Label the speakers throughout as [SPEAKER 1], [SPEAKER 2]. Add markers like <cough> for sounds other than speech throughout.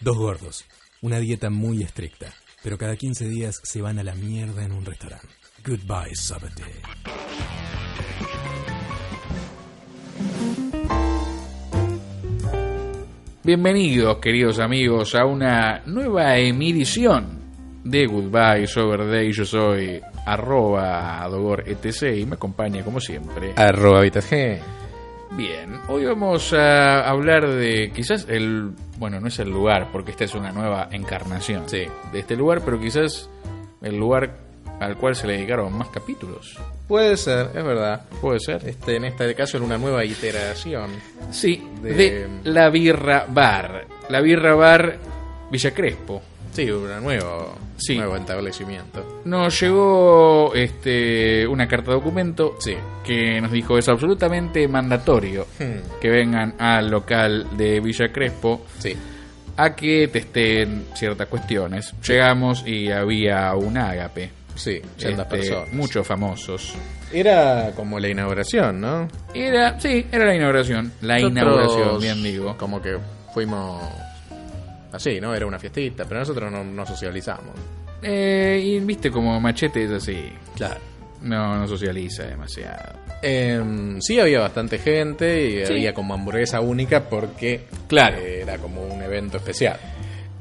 [SPEAKER 1] Dos gordos. Una dieta muy estricta. Pero cada 15 días se van a la mierda en un restaurante. Goodbye, Sabate.
[SPEAKER 2] Bienvenidos, queridos amigos, a una nueva emisión de Goodbye Sober Day. Yo soy arroba Dogor etc y me acompaña como siempre.
[SPEAKER 3] Arroba G.
[SPEAKER 2] Bien, hoy vamos a hablar de quizás el, bueno, no es el lugar, porque esta es una nueva encarnación
[SPEAKER 3] Sí.
[SPEAKER 2] de este lugar, pero quizás el lugar al cual se le dedicaron más capítulos.
[SPEAKER 3] Puede ser, es verdad.
[SPEAKER 2] ¿Puede ser?
[SPEAKER 3] Este, en este caso en una nueva iteración.
[SPEAKER 2] Sí, de,
[SPEAKER 3] de-
[SPEAKER 2] la Birra Bar. La Birra Bar Villa Crespo.
[SPEAKER 3] Sí, una nueva,
[SPEAKER 2] Sí.
[SPEAKER 3] nuevo establecimiento.
[SPEAKER 2] Nos llegó este, una carta de documento
[SPEAKER 3] Sí.
[SPEAKER 2] que nos dijo es absolutamente mandatorio
[SPEAKER 3] Hmm.
[SPEAKER 2] que vengan al local de Villa Crespo
[SPEAKER 3] Sí.
[SPEAKER 2] a que testeen ciertas cuestiones. Llegamos y había un ágape.
[SPEAKER 3] Sí, sendas
[SPEAKER 2] este,
[SPEAKER 3] personas.
[SPEAKER 2] Muchos famosos.
[SPEAKER 3] Era como la inauguración, ¿no?
[SPEAKER 2] Era, sí, era la inauguración. La
[SPEAKER 3] Nosotros,
[SPEAKER 2] inauguración, bien digo.
[SPEAKER 3] Como que fuimos así, ¿no? Era una fiestita, pero nosotros no, no socializamos.
[SPEAKER 2] Eh, y viste como machete es así.
[SPEAKER 3] Claro.
[SPEAKER 2] No, no socializa demasiado.
[SPEAKER 3] Em, sí, había bastante gente y
[SPEAKER 2] Sí.
[SPEAKER 3] había como hamburguesa única porque
[SPEAKER 2] Claro.
[SPEAKER 3] era como un evento especial.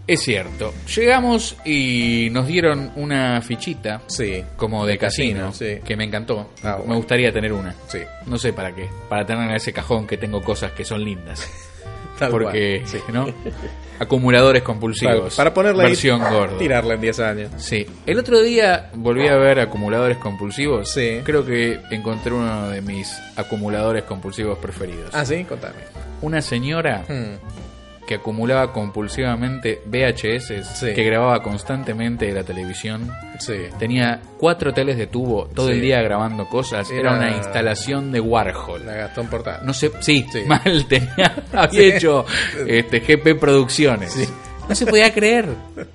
[SPEAKER 2] Es cierto. Llegamos y nos dieron una fichita
[SPEAKER 3] Sí,
[SPEAKER 2] como de, casino,
[SPEAKER 3] casino, sí.
[SPEAKER 2] que me encantó.
[SPEAKER 3] Ah,
[SPEAKER 2] Me
[SPEAKER 3] bueno.
[SPEAKER 2] gustaría tener una.
[SPEAKER 3] sí.
[SPEAKER 2] No sé para qué. Para tener en ese cajón que tengo cosas que son lindas.
[SPEAKER 3] <laughs> Tal
[SPEAKER 2] porque,
[SPEAKER 3] cual, sí.
[SPEAKER 2] ¿no? Acumuladores
[SPEAKER 3] Tal-
[SPEAKER 2] compulsivos.
[SPEAKER 3] para ponerla
[SPEAKER 2] Versión
[SPEAKER 3] ahí, ah,
[SPEAKER 2] gordo.
[SPEAKER 3] tirarla en 10 años.
[SPEAKER 2] Sí. El otro día volví a ver acumuladores compulsivos.
[SPEAKER 3] Sí.
[SPEAKER 2] Creo que encontré uno de mis acumuladores compulsivos preferidos.
[SPEAKER 3] Ah, sí, contame.
[SPEAKER 2] Una señora
[SPEAKER 3] Hmm.
[SPEAKER 2] que acumulaba compulsivamente VHS,
[SPEAKER 3] Sí.
[SPEAKER 2] que grababa constantemente de la televisión.
[SPEAKER 3] Sí.
[SPEAKER 2] Tenía cuatro teles de tubo todo
[SPEAKER 3] Sí.
[SPEAKER 2] el día grabando cosas. Era,
[SPEAKER 3] Era-
[SPEAKER 2] una instalación de Warhol.
[SPEAKER 3] La Gastón Portal.
[SPEAKER 2] No sé, sí,
[SPEAKER 3] Sí.
[SPEAKER 2] <laughs> mal
[SPEAKER 3] <laughs>
[SPEAKER 2] tenía, había
[SPEAKER 3] Sí.
[SPEAKER 2] hecho este, GP Producciones.
[SPEAKER 3] Sí.
[SPEAKER 2] No se podía creer.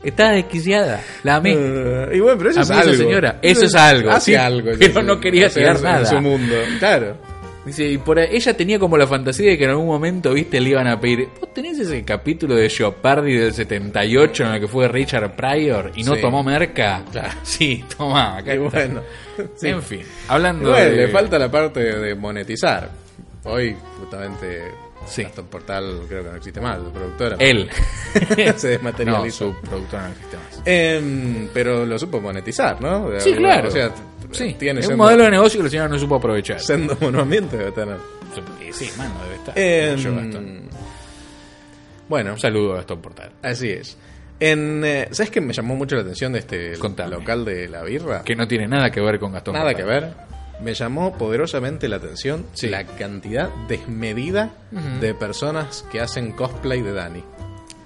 [SPEAKER 2] Estaba desquiciada. La amé.
[SPEAKER 3] <laughs> Eh, y bueno, pero eso
[SPEAKER 2] A
[SPEAKER 3] es
[SPEAKER 2] mí Ah, esa
[SPEAKER 3] algo.
[SPEAKER 2] señora, eso es algo,
[SPEAKER 3] Hace
[SPEAKER 2] sí,
[SPEAKER 3] algo.
[SPEAKER 2] pero
[SPEAKER 3] sí, sí.
[SPEAKER 2] no quería
[SPEAKER 3] O sea,
[SPEAKER 2] tirar
[SPEAKER 3] en su-
[SPEAKER 2] nada.
[SPEAKER 3] En su mundo. Claro.
[SPEAKER 2] Dice, y por ahí- ella tenía como la fantasía de que en algún momento, viste, le iban a pedir. ¿Vos tenés ese capítulo de Jeopardy del 78 en el que fue Richard Pryor y no
[SPEAKER 3] Sí.
[SPEAKER 2] tomó merca?
[SPEAKER 3] Claro.
[SPEAKER 2] Sí, tomá, acá
[SPEAKER 3] Y
[SPEAKER 2] está.
[SPEAKER 3] bueno. sí.
[SPEAKER 2] En fin, hablando
[SPEAKER 3] Bueno,
[SPEAKER 2] de...
[SPEAKER 3] le falta la parte de monetizar. Hoy, justamente,
[SPEAKER 2] Sí.
[SPEAKER 3] Gastón Portal creo que no existe más, su productora.
[SPEAKER 2] <laughs> Él.
[SPEAKER 3] Se
[SPEAKER 2] no,
[SPEAKER 3] desmaterializó.
[SPEAKER 2] su productor no existe más.
[SPEAKER 3] Em, pero lo supo monetizar, ¿no? De
[SPEAKER 2] Sí,
[SPEAKER 3] alguna-
[SPEAKER 2] claro.
[SPEAKER 3] O sea,
[SPEAKER 2] Sí,
[SPEAKER 3] tiene
[SPEAKER 2] es un
[SPEAKER 3] siendo-
[SPEAKER 2] modelo de negocio que la señora no supo aprovechar.
[SPEAKER 3] <laughs> siendo monumiento debe tener.
[SPEAKER 2] Eh, Sí, mano, debe estar.
[SPEAKER 3] Em,
[SPEAKER 2] Yo, Gastón.
[SPEAKER 3] Bueno,
[SPEAKER 2] Un saludo a Gastón Portal.
[SPEAKER 3] así es. En, eh, ¿Sabes qué me llamó mucho la atención de este
[SPEAKER 2] Contame.
[SPEAKER 3] local de la birra?
[SPEAKER 2] Que no tiene nada que ver con Gastón
[SPEAKER 3] Nada que
[SPEAKER 2] Portal.
[SPEAKER 3] ver. Me llamó poderosamente la atención
[SPEAKER 2] Sí.
[SPEAKER 3] la cantidad desmedida de personas que hacen cosplay de Dani.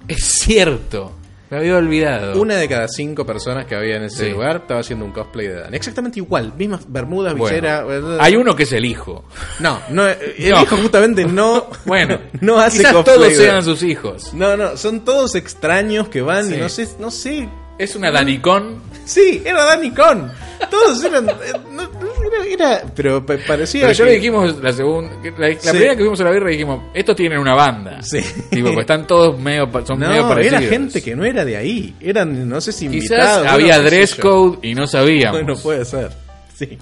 [SPEAKER 2] Es cierto. Me había olvidado.
[SPEAKER 3] Una de cada cinco personas que había en ese
[SPEAKER 2] Sí.
[SPEAKER 3] lugar estaba haciendo un cosplay de Dani. Exactamente igual, mismas bermudas,
[SPEAKER 2] Bueno,
[SPEAKER 3] visera.
[SPEAKER 2] Hay uno que es el hijo.
[SPEAKER 3] No, no, eh, el
[SPEAKER 2] No.
[SPEAKER 3] hijo justamente no.
[SPEAKER 2] <laughs> Bueno,
[SPEAKER 3] <laughs> no hace
[SPEAKER 2] quizás
[SPEAKER 3] cosplay
[SPEAKER 2] todos
[SPEAKER 3] de-
[SPEAKER 2] sean sus hijos.
[SPEAKER 3] No, no, son todos extraños que van
[SPEAKER 2] Sí.
[SPEAKER 3] y no sé, no sé.
[SPEAKER 2] Es una Danicón.
[SPEAKER 3] Sí, era Danny Con. Todos eran. eh, no, no, era, era- pero pa- parecía.
[SPEAKER 2] Pero yo le
[SPEAKER 3] que-
[SPEAKER 2] dijimos la segunda. La, la
[SPEAKER 3] Sí.
[SPEAKER 2] primera que vimos a la birra dijimos: Estos tienen una banda.
[SPEAKER 3] Sí.
[SPEAKER 2] Tipo, pues están todos medio, pa- son medio
[SPEAKER 3] No, era
[SPEAKER 2] parecidos.
[SPEAKER 3] gente que no era de ahí. Eran, no sé si
[SPEAKER 2] Quizás
[SPEAKER 3] invitados.
[SPEAKER 2] había
[SPEAKER 3] bueno, qué sé
[SPEAKER 2] dress
[SPEAKER 3] yo.
[SPEAKER 2] code y no sabíamos.
[SPEAKER 3] Bueno, puede ser. Sí.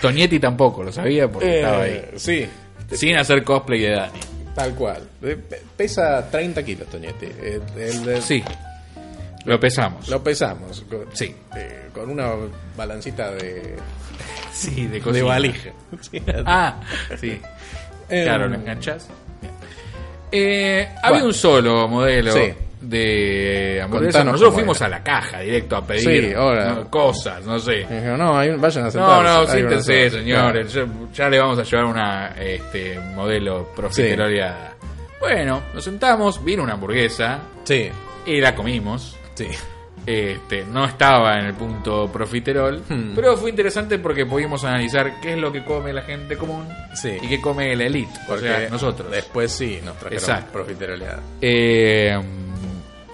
[SPEAKER 2] Tonietti tampoco lo sabía porque
[SPEAKER 3] Eh,
[SPEAKER 2] estaba ahí.
[SPEAKER 3] Sí,
[SPEAKER 2] Sin hacer cosplay de Dani.
[SPEAKER 3] tal cual. Eh, pe- Pesa 30 kilos, Toñete. Eh, el- el-
[SPEAKER 2] Sí. Lo pesamos.
[SPEAKER 3] Lo pesamos. Con,
[SPEAKER 2] Sí.
[SPEAKER 3] eh, con una balancita de,
[SPEAKER 2] Sí, de
[SPEAKER 3] de
[SPEAKER 2] cocina.
[SPEAKER 3] valija. <laughs> Sí,
[SPEAKER 2] Ah, sí.
[SPEAKER 3] Eh,
[SPEAKER 2] claro, lo enganchas. Eh, había un solo modelo
[SPEAKER 3] Sí.
[SPEAKER 2] de hamburguesa.
[SPEAKER 3] Contanos
[SPEAKER 2] Nosotros
[SPEAKER 3] cómo
[SPEAKER 2] fuimos
[SPEAKER 3] era.
[SPEAKER 2] a la caja directo a pedir
[SPEAKER 3] Sí, ahora.
[SPEAKER 2] ¿no? cosas, no sé.
[SPEAKER 3] Me dijeron, no, hay un- vayan a
[SPEAKER 2] No,
[SPEAKER 3] sentarse.
[SPEAKER 2] no,
[SPEAKER 3] Hay unos-
[SPEAKER 2] siéntense, señores. Ya, ya le vamos a llevar una este, modelo profiterolea Bueno, nos sentamos, vino una hamburguesa
[SPEAKER 3] Sí,
[SPEAKER 2] y la comimos.
[SPEAKER 3] sí.
[SPEAKER 2] Este, no estaba en el punto profiterol,
[SPEAKER 3] Hmm.
[SPEAKER 2] pero fue interesante porque pudimos analizar qué es lo que come la gente común
[SPEAKER 3] Sí.
[SPEAKER 2] y qué come la elite,
[SPEAKER 3] Porque
[SPEAKER 2] o sea, nosotros.
[SPEAKER 3] Después sí, nos trajeron
[SPEAKER 2] Exacto.
[SPEAKER 3] profiteroleada.
[SPEAKER 2] Eh,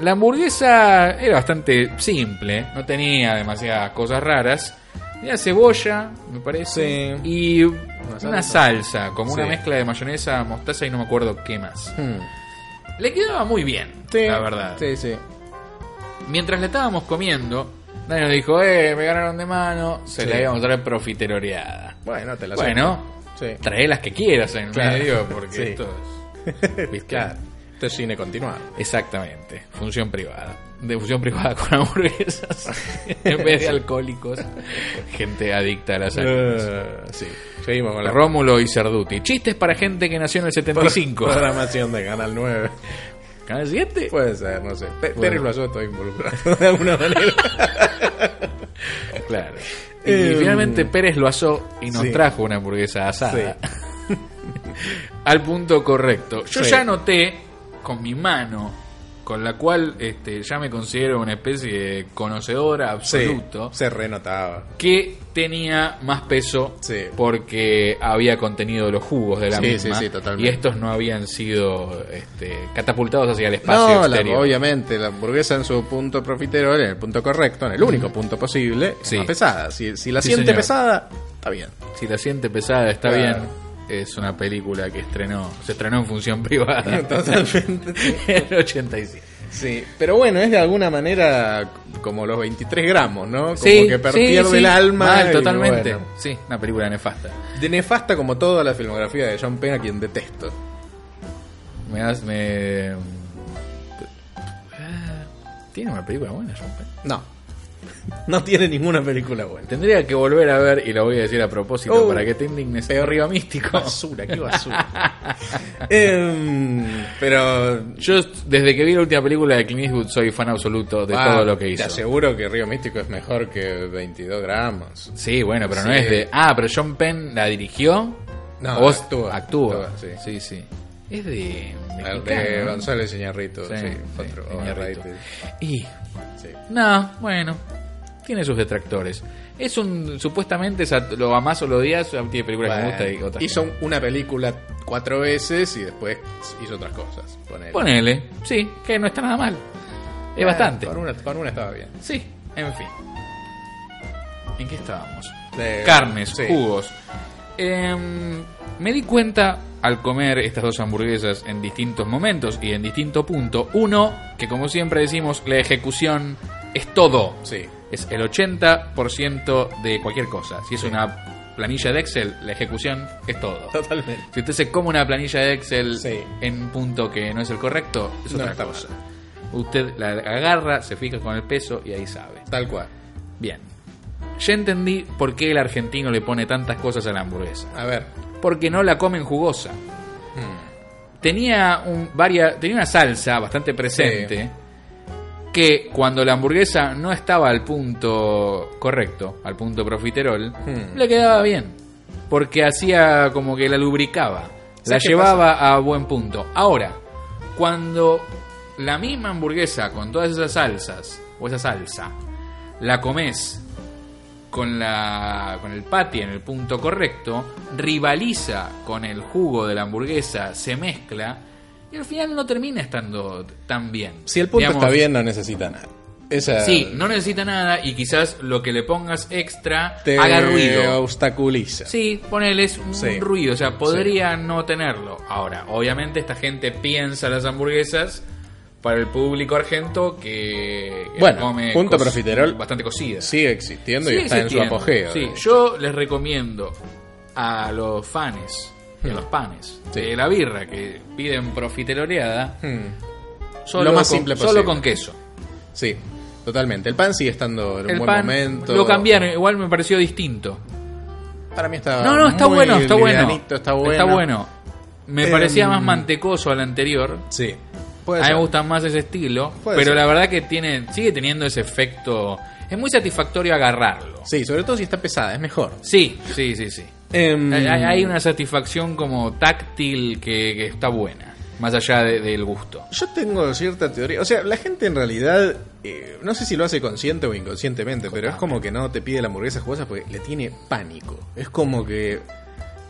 [SPEAKER 2] la hamburguesa era bastante simple, no tenía demasiadas cosas raras. Tenía cebolla, me parece,
[SPEAKER 3] Sí.
[SPEAKER 2] y
[SPEAKER 3] salsa.
[SPEAKER 2] una salsa, como una
[SPEAKER 3] Sí.
[SPEAKER 2] mezcla de mayonesa, mostaza y no me acuerdo qué más. Le quedaba muy bien,
[SPEAKER 3] Sí,
[SPEAKER 2] Hmm. la verdad.
[SPEAKER 3] Sí, sí.
[SPEAKER 2] Mientras le estábamos comiendo, Dani nos dijo, eh, me ganaron de mano, se
[SPEAKER 3] Sí.
[SPEAKER 2] la íbamos a traer profiteroleada.
[SPEAKER 3] Bueno, te la
[SPEAKER 2] Bueno,
[SPEAKER 3] Sí.
[SPEAKER 2] trae las que quieras en
[SPEAKER 3] Claro.
[SPEAKER 2] medio, porque
[SPEAKER 3] Sí.
[SPEAKER 2] esto
[SPEAKER 3] <laughs>
[SPEAKER 2] es... ¿viste?
[SPEAKER 3] Claro. Esto es cine continuado.
[SPEAKER 2] Exactamente, función privada. De función privada <laughs> con hamburguesas en vez de alcohólicos. Gente adicta a las alcoholes.
[SPEAKER 3] Eh, sí. Seguimos con la
[SPEAKER 2] Rómulo y Cerduti. Chistes para gente que nació en el 75.
[SPEAKER 3] Programación de Canal 9.
[SPEAKER 2] <laughs> ¿Canal 7?
[SPEAKER 3] Puede ser, no sé. Te-
[SPEAKER 2] Bueno.
[SPEAKER 3] Terry Blasio está involucrado de alguna manera.
[SPEAKER 2] <laughs> Claro. Y
[SPEAKER 3] Eh,
[SPEAKER 2] finalmente Pérez lo asó y nos
[SPEAKER 3] sí.
[SPEAKER 2] trajo una hamburguesa asada. Al punto correcto. Yo
[SPEAKER 3] Sí.
[SPEAKER 2] ya noté con mi mano, con la cual este, ya me considero una especie de conocedora
[SPEAKER 3] Sí.
[SPEAKER 2] absoluto.
[SPEAKER 3] Se renotaba.
[SPEAKER 2] que tenía más peso
[SPEAKER 3] Sí.
[SPEAKER 2] porque había contenido los jugos de la
[SPEAKER 3] Sí,
[SPEAKER 2] misma
[SPEAKER 3] sí, sí, totalmente.
[SPEAKER 2] y estos no habían sido este, catapultados hacia el espacio
[SPEAKER 3] no, la-
[SPEAKER 2] exterior.
[SPEAKER 3] obviamente, la hamburguesa en su punto profiterol, en el punto correcto, en el único punto posible,
[SPEAKER 2] Mm. Sí.
[SPEAKER 3] es más pesada. Si, si la
[SPEAKER 2] Sí,
[SPEAKER 3] siente
[SPEAKER 2] señor.
[SPEAKER 3] pesada, está bien.
[SPEAKER 2] Si la siente pesada está
[SPEAKER 3] Claro.
[SPEAKER 2] bien. Es una película que estrenó, se estrenó en función <laughs> privada
[SPEAKER 3] <laughs> Totalmente.
[SPEAKER 2] <laughs> en el 87.
[SPEAKER 3] Sí, pero bueno, es de alguna manera como los 23 gramos, ¿no? Como
[SPEAKER 2] Sí,
[SPEAKER 3] que per-
[SPEAKER 2] sí,
[SPEAKER 3] pierde
[SPEAKER 2] sí.
[SPEAKER 3] el alma.
[SPEAKER 2] Mal,
[SPEAKER 3] y
[SPEAKER 2] totalmente.
[SPEAKER 3] bueno.
[SPEAKER 2] Sí, una película nefasta.
[SPEAKER 3] De nefasta como toda la filmografía de John Penn, a quien detesto.
[SPEAKER 2] Me das- me- Ah, Tiene una película buena, John Penn.
[SPEAKER 3] No. No tiene ninguna película buena.
[SPEAKER 2] Tendría que volver a ver, y lo voy a decir a propósito
[SPEAKER 3] Oh.
[SPEAKER 2] para que te indignes.
[SPEAKER 3] Peor.
[SPEAKER 2] Río Místico.
[SPEAKER 3] Basura, qué basura. <laughs> Em, pero
[SPEAKER 2] Yo, desde que vi la última película de Clint Eastwood, soy fan absoluto de
[SPEAKER 3] Ah,
[SPEAKER 2] todo lo que
[SPEAKER 3] Te
[SPEAKER 2] hizo.
[SPEAKER 3] aseguro que Río Místico es mejor que 22 gramos.
[SPEAKER 2] Sí, bueno, pero no
[SPEAKER 3] Sí.
[SPEAKER 2] es de. Ah, pero John Penn la dirigió.
[SPEAKER 3] No,
[SPEAKER 2] Vos-
[SPEAKER 3] actúa,
[SPEAKER 2] Actúa,
[SPEAKER 3] actúa, sí.
[SPEAKER 2] sí. sí, Es de.
[SPEAKER 3] El
[SPEAKER 2] mexicano,
[SPEAKER 3] de
[SPEAKER 2] ¿no?
[SPEAKER 3] González Iñarrito, sí,
[SPEAKER 2] Sí, sí,
[SPEAKER 3] otro,
[SPEAKER 2] Iñárritu.
[SPEAKER 3] overrated,
[SPEAKER 2] Y.
[SPEAKER 3] sí.
[SPEAKER 2] No, bueno. Tiene sus detractores. Es un. Supuestamente, es a- lo amás o lo odias. Tiene películas
[SPEAKER 3] Bueno,
[SPEAKER 2] que me gustan y otras. que
[SPEAKER 3] hizo
[SPEAKER 2] no.
[SPEAKER 3] una película cuatro veces y después hizo otras cosas. ponele.
[SPEAKER 2] Ponele. Sí, que no está nada mal. Es
[SPEAKER 3] Bueno,
[SPEAKER 2] bastante.
[SPEAKER 3] Con una, con una estaba bien.
[SPEAKER 2] Sí, en fin. ¿En qué estábamos?
[SPEAKER 3] De-
[SPEAKER 2] Carnes,
[SPEAKER 3] Eh, sí.
[SPEAKER 2] jugos. Em, me di cuenta al comer estas dos hamburguesas en distintos momentos y en distinto punto. Uno, que como siempre decimos, la ejecución es todo.
[SPEAKER 3] Sí.
[SPEAKER 2] Es el 80% de cualquier cosa. Si es una planilla de Excel, la ejecución es todo.
[SPEAKER 3] Totalmente.
[SPEAKER 2] Si usted se come una planilla de Excel
[SPEAKER 3] Sí.
[SPEAKER 2] en un punto que no es el correcto, es
[SPEAKER 3] No
[SPEAKER 2] otra
[SPEAKER 3] está
[SPEAKER 2] cosa. Usted la agarra, se fija con el peso y ahí sabe.
[SPEAKER 3] Tal cual.
[SPEAKER 2] Bien. Ya entendí por qué el argentino le pone tantas cosas a la hamburguesa.
[SPEAKER 3] A ver.
[SPEAKER 2] Porque no la comen jugosa.
[SPEAKER 3] Hmm.
[SPEAKER 2] Tenía, un, varia- tenía una salsa bastante presente que cuando la hamburguesa no estaba al punto correcto, al punto profiterol,
[SPEAKER 3] Hmm.
[SPEAKER 2] le quedaba bien. Porque hacía como que la lubricaba. La
[SPEAKER 3] ¿Sabes qué
[SPEAKER 2] llevaba a buen punto. Ahora, cuando la misma hamburguesa con todas esas salsas, o esa salsa, la comes con, la, con el patty en el punto correcto, rivaliza con el jugo de la hamburguesa, se mezcla y al final no termina estando tan bien.
[SPEAKER 3] Si el punto
[SPEAKER 2] Digamos,
[SPEAKER 3] está bien, no necesita nada. Esa
[SPEAKER 2] Sí, no necesita nada y quizás lo que le pongas extra
[SPEAKER 3] te
[SPEAKER 2] haga ruido.
[SPEAKER 3] obstaculiza.
[SPEAKER 2] Sí, poneles un
[SPEAKER 3] Sí.
[SPEAKER 2] ruido, o sea, podría no tenerlo. Ahora, obviamente esta gente piensa las hamburguesas para el público argento que que
[SPEAKER 3] Bueno, punto profiterol.
[SPEAKER 2] bastante cocida.
[SPEAKER 3] Sigue existiendo y
[SPEAKER 2] Sigue
[SPEAKER 3] está en su
[SPEAKER 2] existiendo.
[SPEAKER 3] apogeo.
[SPEAKER 2] Sí,
[SPEAKER 3] de hecho.
[SPEAKER 2] yo les recomiendo a los fans, a
[SPEAKER 3] Hmm.
[SPEAKER 2] los panes
[SPEAKER 3] Sí.
[SPEAKER 2] de la birra que piden profiteroleada,
[SPEAKER 3] Hmm.
[SPEAKER 2] solo,
[SPEAKER 3] Lo más
[SPEAKER 2] con,
[SPEAKER 3] simple
[SPEAKER 2] solo
[SPEAKER 3] posible.
[SPEAKER 2] con queso.
[SPEAKER 3] Sí, totalmente. El pan sigue estando en un
[SPEAKER 2] El
[SPEAKER 3] buen
[SPEAKER 2] pan
[SPEAKER 3] momento.
[SPEAKER 2] lo cambiaron, igual me pareció distinto.
[SPEAKER 3] Para mí está
[SPEAKER 2] No, no, está
[SPEAKER 3] Ah, muy
[SPEAKER 2] bueno, está bueno.
[SPEAKER 3] livianito, Está bueno.
[SPEAKER 2] Me
[SPEAKER 3] Em,
[SPEAKER 2] parecía más mantecoso al anterior.
[SPEAKER 3] Sí.
[SPEAKER 2] A
[SPEAKER 3] Puede
[SPEAKER 2] mí
[SPEAKER 3] ser.
[SPEAKER 2] me gusta más ese estilo,
[SPEAKER 3] Puede
[SPEAKER 2] pero
[SPEAKER 3] ser.
[SPEAKER 2] la verdad que tiene sigue teniendo ese efecto. Es muy satisfactorio agarrarlo.
[SPEAKER 3] Sí, sobre todo si está pesada, es mejor.
[SPEAKER 2] Sí, sí, sí, sí.
[SPEAKER 3] Em,
[SPEAKER 2] Hay, hay una satisfacción como táctil que, que está buena. más allá de- del gusto.
[SPEAKER 3] Yo tengo cierta teoría. O sea, la gente en realidad, eh, no sé si lo hace consciente o inconscientemente, pero es como que no te pide la hamburguesa jugosa porque le tiene pánico. Es como que.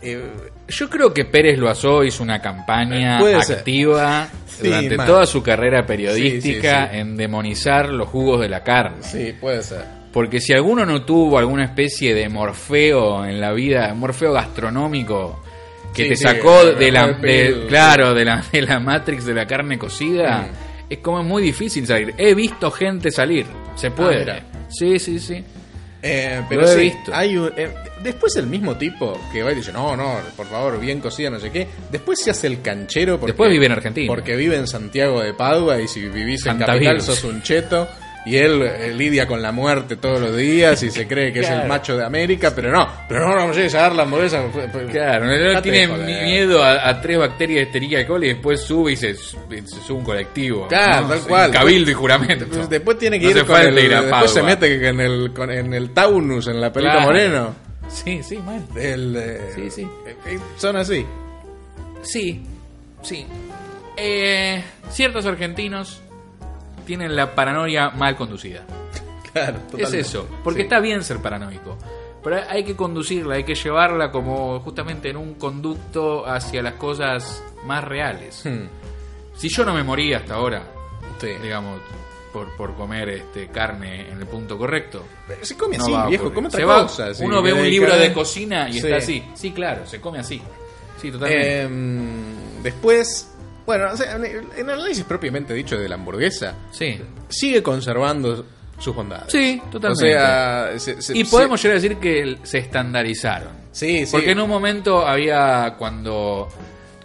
[SPEAKER 3] eh,
[SPEAKER 2] Yo creo que Pérez Loazó hizo una campaña
[SPEAKER 3] Eh, puede ser.
[SPEAKER 2] activa
[SPEAKER 3] Sí,
[SPEAKER 2] durante
[SPEAKER 3] mal.
[SPEAKER 2] toda su carrera periodística
[SPEAKER 3] Sí, sí, sí.
[SPEAKER 2] en demonizar los jugos de la carne.
[SPEAKER 3] sí, puede ser.
[SPEAKER 2] Porque si alguno no tuvo alguna especie de morfeo en la vida, morfeo gastronómico, que
[SPEAKER 3] Sí,
[SPEAKER 2] te
[SPEAKER 3] sí,
[SPEAKER 2] sacó
[SPEAKER 3] el-
[SPEAKER 2] de la,
[SPEAKER 3] el-
[SPEAKER 2] de-
[SPEAKER 3] el-
[SPEAKER 2] claro, de la, de la matrix de la carne cocida, es como es muy difícil salir. He visto gente salir, se puede.
[SPEAKER 3] mira.
[SPEAKER 2] sí, sí, sí.
[SPEAKER 3] Eh, pero
[SPEAKER 2] Lo he
[SPEAKER 3] sí,
[SPEAKER 2] visto.
[SPEAKER 3] hay un- eh, después el mismo tipo que va y dice, no, no, por favor, bien cocida, no sé qué. Después se hace el canchero porque,
[SPEAKER 2] Después vive en Argentina.
[SPEAKER 3] Porque vive en Santiago de Padua y si vivís en
[SPEAKER 2] Santa
[SPEAKER 3] Capital
[SPEAKER 2] Virus.
[SPEAKER 3] sos un cheto. Y él eh, lidia con la muerte todos los días y se cree que es el macho de América, pero no, pero no, no me llegues a dar la hamburguesa. pues, pues,
[SPEAKER 2] Claro, no
[SPEAKER 3] dejate de
[SPEAKER 2] tiene
[SPEAKER 3] joder.
[SPEAKER 2] miedo a, a tres bacterias de Escherichia coli y después sube y se, se sube un colectivo.
[SPEAKER 3] Claro,
[SPEAKER 2] ¿no?
[SPEAKER 3] tal cual.
[SPEAKER 2] Cabildo y juramento.
[SPEAKER 3] Entonces, después tiene que
[SPEAKER 2] No
[SPEAKER 3] ir
[SPEAKER 2] hace
[SPEAKER 3] con
[SPEAKER 2] falta
[SPEAKER 3] el,
[SPEAKER 2] ir a Padua.
[SPEAKER 3] después se mete en el, con- en el Taunus, en la pelota
[SPEAKER 2] Claro.
[SPEAKER 3] Moreno.
[SPEAKER 2] Sí, sí, mal.
[SPEAKER 3] El, eh,
[SPEAKER 2] Sí, sí.
[SPEAKER 3] eh, eh, Son así.
[SPEAKER 2] Sí, sí. Eh, ciertos argentinos tienen la paranoia mal conducida.
[SPEAKER 3] Claro, totalmente.
[SPEAKER 2] Es eso, porque está bien ser paranoico. Pero hay que conducirla, hay que llevarla como justamente en un conducto hacia las cosas más reales.
[SPEAKER 3] Hmm.
[SPEAKER 2] Si yo no me morí hasta ahora,
[SPEAKER 3] Sí.
[SPEAKER 2] digamos, por, por comer este carne en el punto correcto.
[SPEAKER 3] Pero Se come
[SPEAKER 2] no
[SPEAKER 3] así,
[SPEAKER 2] va a
[SPEAKER 3] viejo,
[SPEAKER 2] ocurrir.
[SPEAKER 3] come otra
[SPEAKER 2] Se va-
[SPEAKER 3] cosa. sí,
[SPEAKER 2] uno ve
[SPEAKER 3] que
[SPEAKER 2] un
[SPEAKER 3] de
[SPEAKER 2] libro
[SPEAKER 3] cada-
[SPEAKER 2] de cocina y
[SPEAKER 3] Sí. Eh,
[SPEAKER 2] está así. Sí, claro, se come así. Sí, totalmente.
[SPEAKER 3] Em, después, bueno, o sea, en el análisis propiamente dicho de la hamburguesa,
[SPEAKER 2] sí.
[SPEAKER 3] sigue conservando sus bondades.
[SPEAKER 2] Sí,
[SPEAKER 3] O
[SPEAKER 2] totalmente.
[SPEAKER 3] sea, se- se-
[SPEAKER 2] y
[SPEAKER 3] se-
[SPEAKER 2] podemos llegar a decir que se estandarizaron.
[SPEAKER 3] Sí, sí.
[SPEAKER 2] Porque en un momento había cuando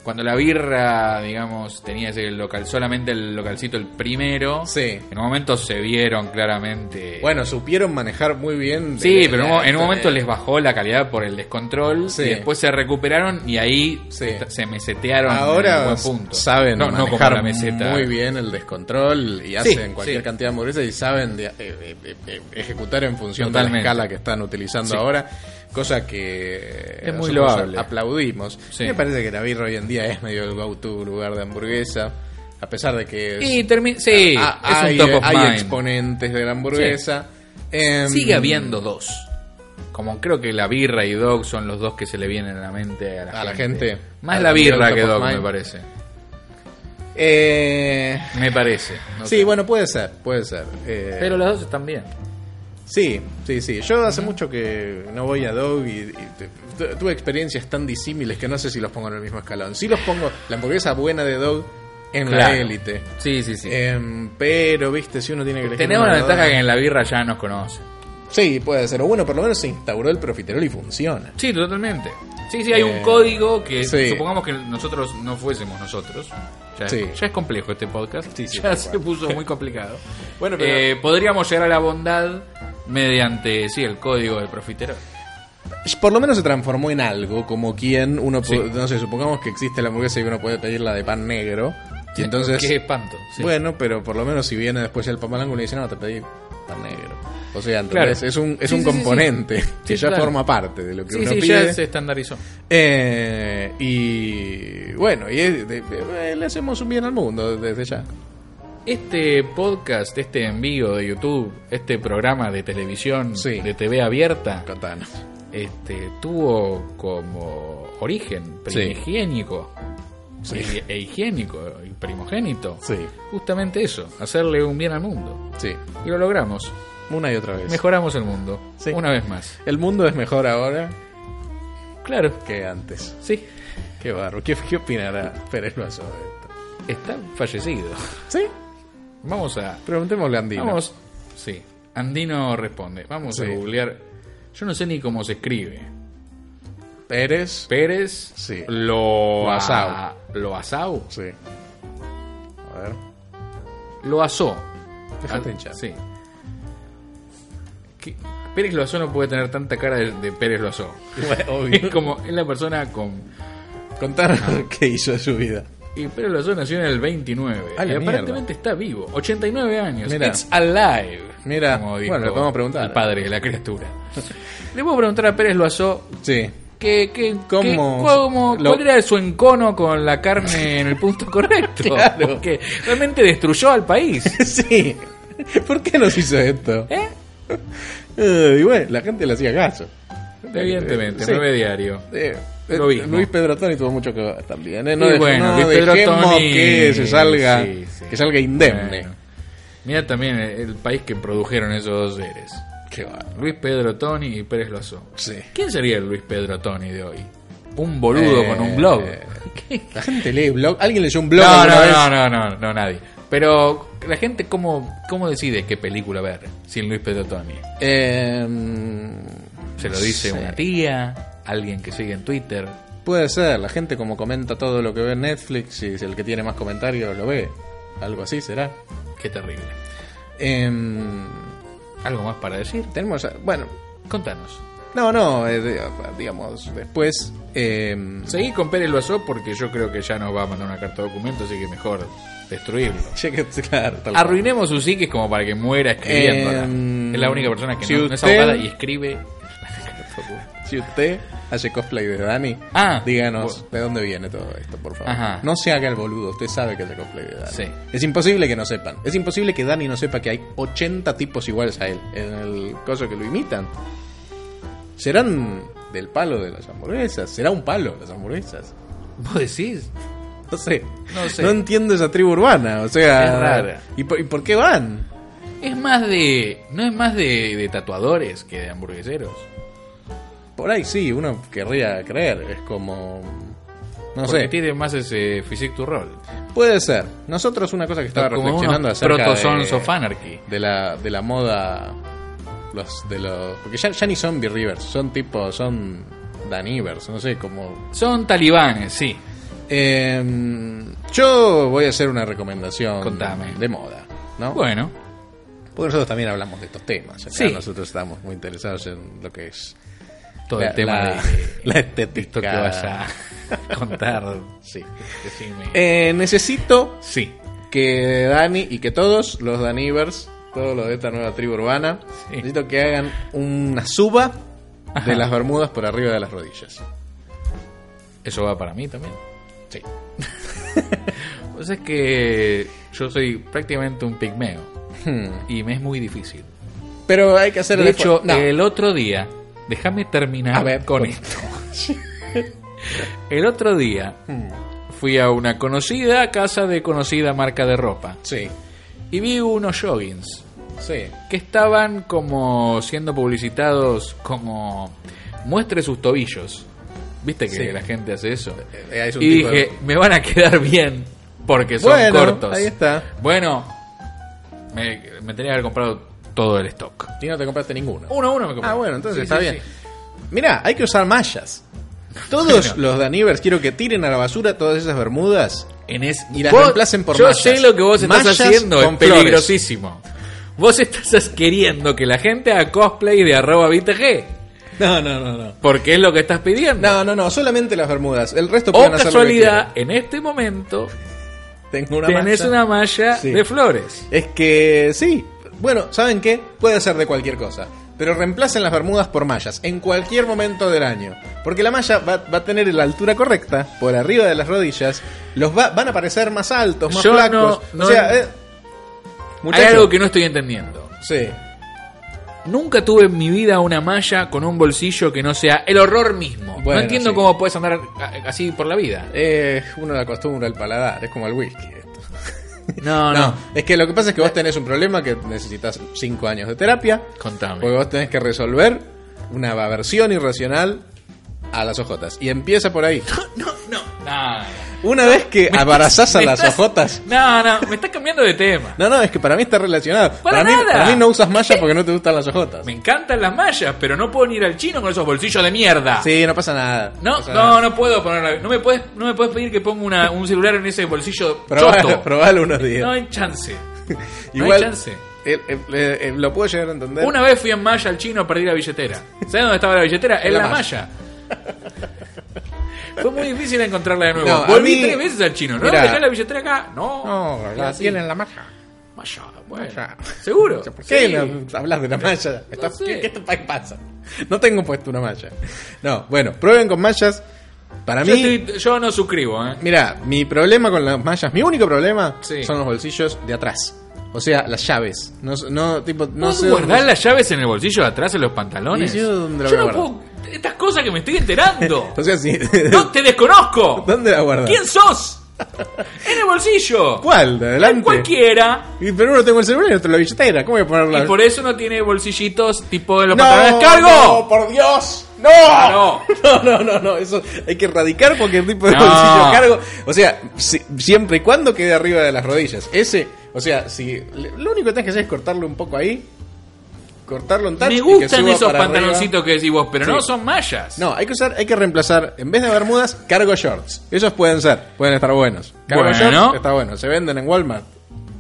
[SPEAKER 2] cuando la birra, digamos, tenía ese local, solamente el localcito el primero.
[SPEAKER 3] Sí.
[SPEAKER 2] En un momento se vieron claramente.
[SPEAKER 3] Bueno, supieron manejar muy bien.
[SPEAKER 2] sí,
[SPEAKER 3] de-
[SPEAKER 2] pero en
[SPEAKER 3] de-
[SPEAKER 2] un- en un momento
[SPEAKER 3] de-
[SPEAKER 2] les bajó la calidad por el descontrol
[SPEAKER 3] Sí.
[SPEAKER 2] y después se recuperaron y ahí
[SPEAKER 3] Sí.
[SPEAKER 2] est- se mesetearon en un
[SPEAKER 3] Ahora
[SPEAKER 2] buen punto.
[SPEAKER 3] saben
[SPEAKER 2] no, no como
[SPEAKER 3] manejar
[SPEAKER 2] la meseta.
[SPEAKER 3] muy bien el descontrol y
[SPEAKER 2] Sí,
[SPEAKER 3] hacen cualquier
[SPEAKER 2] sí.
[SPEAKER 3] cantidad de hamburguesas y saben de- eh, eh, eh, ejecutar en función de
[SPEAKER 2] Totalmente.
[SPEAKER 3] la escala que están utilizando
[SPEAKER 2] Sí.
[SPEAKER 3] ahora, cosa que
[SPEAKER 2] Es muy
[SPEAKER 3] nosotros
[SPEAKER 2] loable.
[SPEAKER 3] aplaudimos.
[SPEAKER 2] Sí.
[SPEAKER 3] Me parece que la birra hoy en día es medio el go-to lugar de hamburguesa, a pesar de que
[SPEAKER 2] Y
[SPEAKER 3] es-
[SPEAKER 2] termi- sí,
[SPEAKER 3] ah,
[SPEAKER 2] es un
[SPEAKER 3] hay,
[SPEAKER 2] top of
[SPEAKER 3] hay
[SPEAKER 2] mind.
[SPEAKER 3] exponentes de la hamburguesa. Em,
[SPEAKER 2] Sigue habiendo dos. Como creo que la birra y dog son los dos que se le vienen a la mente a la,
[SPEAKER 3] A la gente.
[SPEAKER 2] Más
[SPEAKER 3] A
[SPEAKER 2] la
[SPEAKER 3] la
[SPEAKER 2] birra
[SPEAKER 3] birra
[SPEAKER 2] que
[SPEAKER 3] top of
[SPEAKER 2] dog, me
[SPEAKER 3] mind.
[SPEAKER 2] parece.
[SPEAKER 3] eh,
[SPEAKER 2] Me parece. no
[SPEAKER 3] sí,
[SPEAKER 2] sé.
[SPEAKER 3] bueno, puede ser, puede ser. Eh,
[SPEAKER 2] Pero las dos están bien.
[SPEAKER 3] Sí, sí, sí. Yo hace mucho que no voy a Dog y, y te- tu- tuve experiencias tan disímiles que no sé si los pongo en el mismo escalón. Sí los pongo la hamburguesa buena de Dog en la
[SPEAKER 2] Claro.
[SPEAKER 3] élite.
[SPEAKER 2] Sí, sí, sí.
[SPEAKER 3] Em, pero, viste, si uno tiene que elegir...
[SPEAKER 2] Tenemos
[SPEAKER 3] una
[SPEAKER 2] la
[SPEAKER 3] de
[SPEAKER 2] ventaja
[SPEAKER 3] Dog-
[SPEAKER 2] que en la birra ya nos conoce.
[SPEAKER 3] Sí, puede ser. O bueno, por lo menos se instauró el profiterol y funciona.
[SPEAKER 2] Sí, totalmente. Sí, sí, hay un
[SPEAKER 3] Eh,
[SPEAKER 2] código que
[SPEAKER 3] sí.
[SPEAKER 2] supongamos que nosotros no fuésemos nosotros. Ya es,
[SPEAKER 3] Sí.
[SPEAKER 2] ya es complejo este podcast.
[SPEAKER 3] Sí,
[SPEAKER 2] <laughs>
[SPEAKER 3] sí,
[SPEAKER 2] ya
[SPEAKER 3] tal
[SPEAKER 2] se
[SPEAKER 3] cual.
[SPEAKER 2] puso muy complicado.
[SPEAKER 3] <laughs> Bueno, pero-
[SPEAKER 2] Eh, podríamos llegar a la bondad mediante, sí, el código del profiterol.
[SPEAKER 3] Por lo menos se transformó en algo, como quien uno...
[SPEAKER 2] Sí.
[SPEAKER 3] po- No sé, supongamos que existe la hamburguesa y uno puede pedirla de pan negro. Y entonces...
[SPEAKER 2] Qué espanto. sí.
[SPEAKER 3] Bueno, pero por lo menos si viene después el papalango y le dice, no, te pedí tan negro. O sea,
[SPEAKER 2] Claro.
[SPEAKER 3] entonces es un, es
[SPEAKER 2] Sí,
[SPEAKER 3] un
[SPEAKER 2] sí, sí,
[SPEAKER 3] componente
[SPEAKER 2] sí.
[SPEAKER 3] que
[SPEAKER 2] Sí,
[SPEAKER 3] ya
[SPEAKER 2] claro.
[SPEAKER 3] forma parte de lo que
[SPEAKER 2] Sí,
[SPEAKER 3] uno
[SPEAKER 2] sí,
[SPEAKER 3] pide.
[SPEAKER 2] ya se estandarizó.
[SPEAKER 3] Eh, y bueno, y es de- de- eh, le hacemos un bien al mundo desde ya.
[SPEAKER 2] Este podcast, este envío de YouTube, este programa de televisión,
[SPEAKER 3] Sí.
[SPEAKER 2] de TV abierta,
[SPEAKER 3] Contanos.
[SPEAKER 2] este, tuvo como origen
[SPEAKER 3] Sí.
[SPEAKER 2] primigenio e, e higiénico y primogénito.
[SPEAKER 3] Sí,
[SPEAKER 2] Justamente eso, hacerle un bien al mundo.
[SPEAKER 3] sí.
[SPEAKER 2] Y lo logramos.
[SPEAKER 3] Una y otra vez.
[SPEAKER 2] Mejoramos el mundo.
[SPEAKER 3] Sí.
[SPEAKER 2] Una vez más.
[SPEAKER 3] El mundo es mejor ahora
[SPEAKER 2] Claro,
[SPEAKER 3] que antes.
[SPEAKER 2] sí.
[SPEAKER 3] Qué barro. ¿Qué, qué opinará Pérez Loazo de esto?
[SPEAKER 2] Está fallecido.
[SPEAKER 3] Sí,
[SPEAKER 2] Vamos a
[SPEAKER 3] preguntémosle a Andino.
[SPEAKER 2] Vamos. Sí. Andino responde. Vamos a
[SPEAKER 3] Sí.
[SPEAKER 2] googlear. Yo no sé ni cómo se escribe.
[SPEAKER 3] Pérez.
[SPEAKER 2] Pérez.
[SPEAKER 3] Sí.
[SPEAKER 2] Lo
[SPEAKER 3] Loazao.
[SPEAKER 2] Lo asao.
[SPEAKER 3] Sí. A ver.
[SPEAKER 2] <laughs> Lo asó.
[SPEAKER 3] Déjate
[SPEAKER 2] Ah,
[SPEAKER 3] hinchar.
[SPEAKER 2] Sí. ¿Qué? Pérez lo asó no puede tener tanta cara de, de Pérez lo asó. Es
[SPEAKER 3] Obvio.
[SPEAKER 2] como <laughs> es la persona con.
[SPEAKER 3] Contanos <laughs> qué hizo de su vida.
[SPEAKER 2] Y Pérez lo asó nació en el 29.
[SPEAKER 3] Ah,
[SPEAKER 2] y
[SPEAKER 3] la
[SPEAKER 2] aparentemente está vivo. 89 años.
[SPEAKER 3] Mira.
[SPEAKER 2] It's alive.
[SPEAKER 3] Mira.
[SPEAKER 2] como dijo
[SPEAKER 3] Bueno, le podemos preguntar.
[SPEAKER 2] El padre de la criatura. Le puedo preguntar a Pérez lo asó
[SPEAKER 3] Sí.
[SPEAKER 2] ¿Qué, qué,
[SPEAKER 3] ¿Cómo?
[SPEAKER 2] qué- cómo-
[SPEAKER 3] Lo-
[SPEAKER 2] ¿Cuál era su encono con la carne en el
[SPEAKER 3] <laughs>
[SPEAKER 2] punto correcto?
[SPEAKER 3] Claro.
[SPEAKER 2] Porque realmente destruyó al
[SPEAKER 3] <laughs>
[SPEAKER 2] país.
[SPEAKER 3] <laughs> sí. ¿Por qué nos hizo esto?
[SPEAKER 2] ¿Eh?
[SPEAKER 3] <laughs> Eh, y bueno, la gente le hacía caso.
[SPEAKER 2] Evidentemente,
[SPEAKER 3] Sí.
[SPEAKER 2] nueve diario.
[SPEAKER 3] Eh, eh,
[SPEAKER 2] Lo mismo.
[SPEAKER 3] Luis Pedro Toni tuvo mucho que ver también. eh, No,
[SPEAKER 2] Y
[SPEAKER 3] dej-
[SPEAKER 2] bueno,
[SPEAKER 3] no
[SPEAKER 2] Luis Pedro
[SPEAKER 3] dejemos
[SPEAKER 2] Toni,
[SPEAKER 3] que se salga,
[SPEAKER 2] sí, sí.
[SPEAKER 3] que salga indemne.
[SPEAKER 2] Bueno. Mira también el, el país que produjeron esos dos seres.
[SPEAKER 3] Qué va-
[SPEAKER 2] Luis Pedro Toni y Pérez Loazó.
[SPEAKER 3] Sí.
[SPEAKER 2] ¿Quién sería el Luis Pedro Toni de hoy? Un boludo
[SPEAKER 3] Eh,
[SPEAKER 2] con un blog. <laughs>
[SPEAKER 3] La gente lee blog. ¿Alguien leyó un blog?
[SPEAKER 2] No,
[SPEAKER 3] alguna
[SPEAKER 2] no,
[SPEAKER 3] vez?
[SPEAKER 2] no, no, no, no, nadie. Pero la gente, ¿cómo, cómo decide qué película ver sin Luis Pedro Toni?
[SPEAKER 3] Eh,
[SPEAKER 2] Em, ¿Se lo dice
[SPEAKER 3] Sí.
[SPEAKER 2] una tía? ¿Alguien que sigue en Twitter?
[SPEAKER 3] puede ser, la gente como comenta todo lo que ve en Netflix y el que tiene más comentarios lo ve. Algo así será.
[SPEAKER 2] Qué terrible.
[SPEAKER 3] Em,
[SPEAKER 2] ¿Algo más para decir?
[SPEAKER 3] tenemos, eh, bueno,
[SPEAKER 2] Contanos.
[SPEAKER 3] no, no, eh, de- digamos, después... em,
[SPEAKER 2] Seguí con Pérez Loazó porque yo creo que ya nos va a mandar una carta de documento, así que mejor destruirlo.
[SPEAKER 3] che, que- <laughs> claro, tal cual.
[SPEAKER 2] Arruinemos su psiquis como para que muera escribiéndola.
[SPEAKER 3] Eh,
[SPEAKER 2] es la única persona que
[SPEAKER 3] si
[SPEAKER 2] no, no es
[SPEAKER 3] usted-
[SPEAKER 2] abogada y escribe.
[SPEAKER 3] Si usted hace cosplay de Dani,
[SPEAKER 2] Ah,
[SPEAKER 3] díganos
[SPEAKER 2] bueno.
[SPEAKER 3] de dónde viene todo esto, por favor.
[SPEAKER 2] Ajá.
[SPEAKER 3] No se haga el boludo, usted sabe que hace cosplay de Dani.
[SPEAKER 2] Sí.
[SPEAKER 3] Es imposible que no sepan. Es imposible que Dani no sepa que hay 80 tipos iguales a él en el coso que lo imitan. ¿Serán del palo de las hamburguesas? ¿Será un palo las hamburguesas?
[SPEAKER 2] ¿Vos decís?
[SPEAKER 3] No sé.
[SPEAKER 2] No sé.
[SPEAKER 3] entiendo esa tribu urbana, o sea...
[SPEAKER 2] Es rara.
[SPEAKER 3] ¿Y por, y por qué van?
[SPEAKER 2] Es más de. No es más de, de tatuadores que de hamburgueseros.
[SPEAKER 3] Por ahí sí, uno querría creer. Es como... No
[SPEAKER 2] porque
[SPEAKER 3] sé.
[SPEAKER 2] tiene más ese physique to roll.
[SPEAKER 3] Puede ser. Nosotros una cosa que estaba
[SPEAKER 2] Como
[SPEAKER 3] reflexionando
[SPEAKER 2] unos
[SPEAKER 3] acerca
[SPEAKER 2] Proto-Sons of
[SPEAKER 3] de,
[SPEAKER 2] Anarchy.
[SPEAKER 3] de la de la moda los de los porque ya, ya ni son B-Rivers, son tipo son Danivers, no sé, como
[SPEAKER 2] Son talibanes, sí.
[SPEAKER 3] Em, yo voy a hacer una recomendación
[SPEAKER 2] Contame.
[SPEAKER 3] de moda, ¿no?
[SPEAKER 2] Bueno,
[SPEAKER 3] Porque nosotros también hablamos de estos temas, acá
[SPEAKER 2] Sí.
[SPEAKER 3] nosotros estamos muy interesados en lo que es
[SPEAKER 2] todo
[SPEAKER 3] la,
[SPEAKER 2] el tema
[SPEAKER 3] la-
[SPEAKER 2] de.
[SPEAKER 3] la estética
[SPEAKER 2] <laughs> Esto que vas a <laughs> contar.
[SPEAKER 3] Sí.
[SPEAKER 2] Decime.
[SPEAKER 3] Eh, necesito
[SPEAKER 2] sí.
[SPEAKER 3] que Dani y que todos los Danivers, todos los de esta nueva tribu urbana,
[SPEAKER 2] Sí.
[SPEAKER 3] necesito que hagan una suba
[SPEAKER 2] Ajá.
[SPEAKER 3] de las Bermudas por arriba de las rodillas.
[SPEAKER 2] Eso va para mí también.
[SPEAKER 3] Sí.
[SPEAKER 2] O sea, es que yo soy prácticamente un pigmeo
[SPEAKER 3] Hmm.
[SPEAKER 2] y me es muy difícil.
[SPEAKER 3] Pero hay que hacer
[SPEAKER 2] De
[SPEAKER 3] el
[SPEAKER 2] hecho,
[SPEAKER 3] esfuer- no.
[SPEAKER 2] el otro día, déjame terminar
[SPEAKER 3] A ver,
[SPEAKER 2] con
[SPEAKER 3] por-
[SPEAKER 2] esto. el otro día
[SPEAKER 3] Mm.
[SPEAKER 2] fui a una conocida casa de conocida marca de ropa
[SPEAKER 3] Sí,
[SPEAKER 2] y vi unos joggings
[SPEAKER 3] sí.
[SPEAKER 2] que estaban como siendo publicitados como muestre sus tobillos. ¿Viste que
[SPEAKER 3] Sí.
[SPEAKER 2] la gente hace eso?
[SPEAKER 3] Eh, es un
[SPEAKER 2] y
[SPEAKER 3] tipo
[SPEAKER 2] dije,
[SPEAKER 3] de-
[SPEAKER 2] me van a quedar bien porque son
[SPEAKER 3] Bueno,
[SPEAKER 2] cortos.
[SPEAKER 3] ahí está.
[SPEAKER 2] Bueno, me, me tenía que haber comprado todo el stock.
[SPEAKER 3] Y no te compraste ninguno.
[SPEAKER 2] Uno a uno me compré.
[SPEAKER 3] Ah, bueno, entonces
[SPEAKER 2] Sí,
[SPEAKER 3] está
[SPEAKER 2] sí,
[SPEAKER 3] bien.
[SPEAKER 2] sí.
[SPEAKER 3] Mirá, hay que usar mallas. Todos
[SPEAKER 2] Bueno.
[SPEAKER 3] los Danivers quiero que tiren a la basura todas esas Bermudas.
[SPEAKER 2] En es-
[SPEAKER 3] Y las
[SPEAKER 2] vos-
[SPEAKER 3] reemplacen por
[SPEAKER 2] Yo
[SPEAKER 3] mallas.
[SPEAKER 2] sé lo que vos estás
[SPEAKER 3] Mallas
[SPEAKER 2] haciendo, es
[SPEAKER 3] con flores.
[SPEAKER 2] peligrosísimo. Vos estás as- queriendo que la gente haga cosplay de arroba VTG,
[SPEAKER 3] No, no, no, no.
[SPEAKER 2] porque es lo que estás pidiendo.
[SPEAKER 3] No, no, no, solamente las Bermudas. El resto
[SPEAKER 2] o
[SPEAKER 3] pueden hacer lo que
[SPEAKER 2] casualidad, en este momento
[SPEAKER 3] quieran. Tengo una
[SPEAKER 2] tenés
[SPEAKER 3] malla.
[SPEAKER 2] una malla
[SPEAKER 3] Sí.
[SPEAKER 2] de flores.
[SPEAKER 3] Es que sí. Bueno, ¿saben qué? Puede ser de cualquier cosa. Pero reemplacen las bermudas por mallas en cualquier momento del año. Porque la malla va, va a tener la altura correcta, por arriba de las rodillas. Los va- van a parecer más altos, más
[SPEAKER 2] Yo
[SPEAKER 3] flacos.
[SPEAKER 2] no- no-
[SPEAKER 3] o sea, eh,
[SPEAKER 2] Hay
[SPEAKER 3] muchacho,
[SPEAKER 2] algo que no estoy entendiendo.
[SPEAKER 3] Sí.
[SPEAKER 2] Nunca tuve en mi vida una malla con un bolsillo que no sea el horror mismo. no
[SPEAKER 3] Bueno,
[SPEAKER 2] entiendo
[SPEAKER 3] sí.
[SPEAKER 2] cómo puedes andar a- así por la
[SPEAKER 3] <laughs>
[SPEAKER 2] vida.
[SPEAKER 3] Eh, uno le acostumbra el paladar, es como el whisky. esto.
[SPEAKER 2] No,
[SPEAKER 3] No,
[SPEAKER 2] no.
[SPEAKER 3] es que lo que pasa es que vos tenés un problema que necesitas 5 años de terapia.
[SPEAKER 2] Contame.
[SPEAKER 3] Porque vos tenés que resolver una aversión irracional a las ojotas. Y empieza por ahí.
[SPEAKER 2] Nah.
[SPEAKER 3] Una vez que abarazás a
[SPEAKER 2] Me
[SPEAKER 3] las
[SPEAKER 2] estás-
[SPEAKER 3] ojotas.
[SPEAKER 2] <laughs> No, no, me estás cambiando de tema.
[SPEAKER 3] No, no, es que para mí está relacionado.
[SPEAKER 2] Para
[SPEAKER 3] mí,
[SPEAKER 2] nada.
[SPEAKER 3] para mí no usas malla porque no te gustan las ojotas.
[SPEAKER 2] Me encantan las mallas, pero no puedo ir al chino con esos bolsillos de mierda.
[SPEAKER 3] Sí, no pasa nada.
[SPEAKER 2] No,
[SPEAKER 3] pasa
[SPEAKER 2] no,
[SPEAKER 3] nada.
[SPEAKER 2] no puedo ponerla. No me puedes, no me puedes pedir que ponga una- un celular en ese bolsillo
[SPEAKER 3] Probalo, <laughs>
[SPEAKER 2] choto.
[SPEAKER 3] probalo unos días.
[SPEAKER 2] No hay
[SPEAKER 3] <laughs>
[SPEAKER 2] chance. no hay
[SPEAKER 3] Igual,
[SPEAKER 2] chance.
[SPEAKER 3] eh, eh, eh, eh, lo puedo llegar a entender.
[SPEAKER 2] Una vez fui en malla al chino a perder la billetera. ¿Sabes dónde estaba la billetera? En
[SPEAKER 3] la
[SPEAKER 2] la, malla.
[SPEAKER 3] malla.
[SPEAKER 2] Fue muy difícil encontrarla de nuevo.
[SPEAKER 3] No, a
[SPEAKER 2] Volví
[SPEAKER 3] mí-
[SPEAKER 2] tres veces al chino. No,
[SPEAKER 3] Mira.
[SPEAKER 2] dejá la billetera acá. No,
[SPEAKER 3] No,
[SPEAKER 2] Y
[SPEAKER 3] la
[SPEAKER 2] así.
[SPEAKER 3] tienen la malla.
[SPEAKER 2] Malla. malla. Bueno,
[SPEAKER 3] Malla.
[SPEAKER 2] ¿Seguro?
[SPEAKER 3] ¿Por qué
[SPEAKER 2] Sí.
[SPEAKER 3] no hablas de la malla? Estás-
[SPEAKER 2] sé.
[SPEAKER 3] ¿Qué, qué te pa- pasa? No tengo puesto una malla. No, bueno, prueben con mallas. Para
[SPEAKER 2] Yo,
[SPEAKER 3] mí,
[SPEAKER 2] estoy- yo no suscribo, ¿eh?
[SPEAKER 3] mira, mi problema con las mallas, mi único problema
[SPEAKER 2] Sí.
[SPEAKER 3] son los bolsillos de atrás. O sea, las llaves. No, no, tipo, no
[SPEAKER 2] ¿Vos
[SPEAKER 3] sé. dónde-
[SPEAKER 2] guardás las llaves en el bolsillo de atrás en los pantalones?
[SPEAKER 3] ¿Y yo dónde la
[SPEAKER 2] Yo
[SPEAKER 3] voy
[SPEAKER 2] no
[SPEAKER 3] a
[SPEAKER 2] puedo... Estas cosas que me estoy enterando. <laughs>
[SPEAKER 3] O sea, sí.
[SPEAKER 2] ¡No te desconozco!
[SPEAKER 3] <laughs> ¿Dónde la guardas?
[SPEAKER 2] ¿Quién
[SPEAKER 3] <laughs>
[SPEAKER 2] sos? ¡En el bolsillo!
[SPEAKER 3] ¿Cuál? ¿De adelante?
[SPEAKER 2] Cualquiera.
[SPEAKER 3] Y- Pero uno tengo el celular y otro la billetera. ¿Cómo voy a poner la
[SPEAKER 2] Y por eso no tiene bolsillitos tipo de los pantalones
[SPEAKER 3] ¡No!
[SPEAKER 2] de cargo.
[SPEAKER 3] ¡No, por Dios! ¡No!
[SPEAKER 2] Claro.
[SPEAKER 3] <laughs> No, no, no, no, eso hay que erradicar cualquier tipo de
[SPEAKER 2] No.
[SPEAKER 3] bolsillo cargo. O sea, si- siempre y cuando quede arriba de las rodillas. Ese, o sea, si lo único que tenés que hacer es cortarlo un poco ahí, cortarlo un tacho y
[SPEAKER 2] Me
[SPEAKER 3] que
[SPEAKER 2] gustan
[SPEAKER 3] suba
[SPEAKER 2] esos
[SPEAKER 3] para arriba.
[SPEAKER 2] pantaloncitos que decís vos, pero
[SPEAKER 3] Sí.
[SPEAKER 2] no son mallas.
[SPEAKER 3] No, hay que usar, hay que reemplazar, en vez de bermudas, cargo shorts. Esos pueden ser, pueden estar buenos. Cargo
[SPEAKER 2] Bueno.
[SPEAKER 3] shorts está bueno, se venden en Walmart.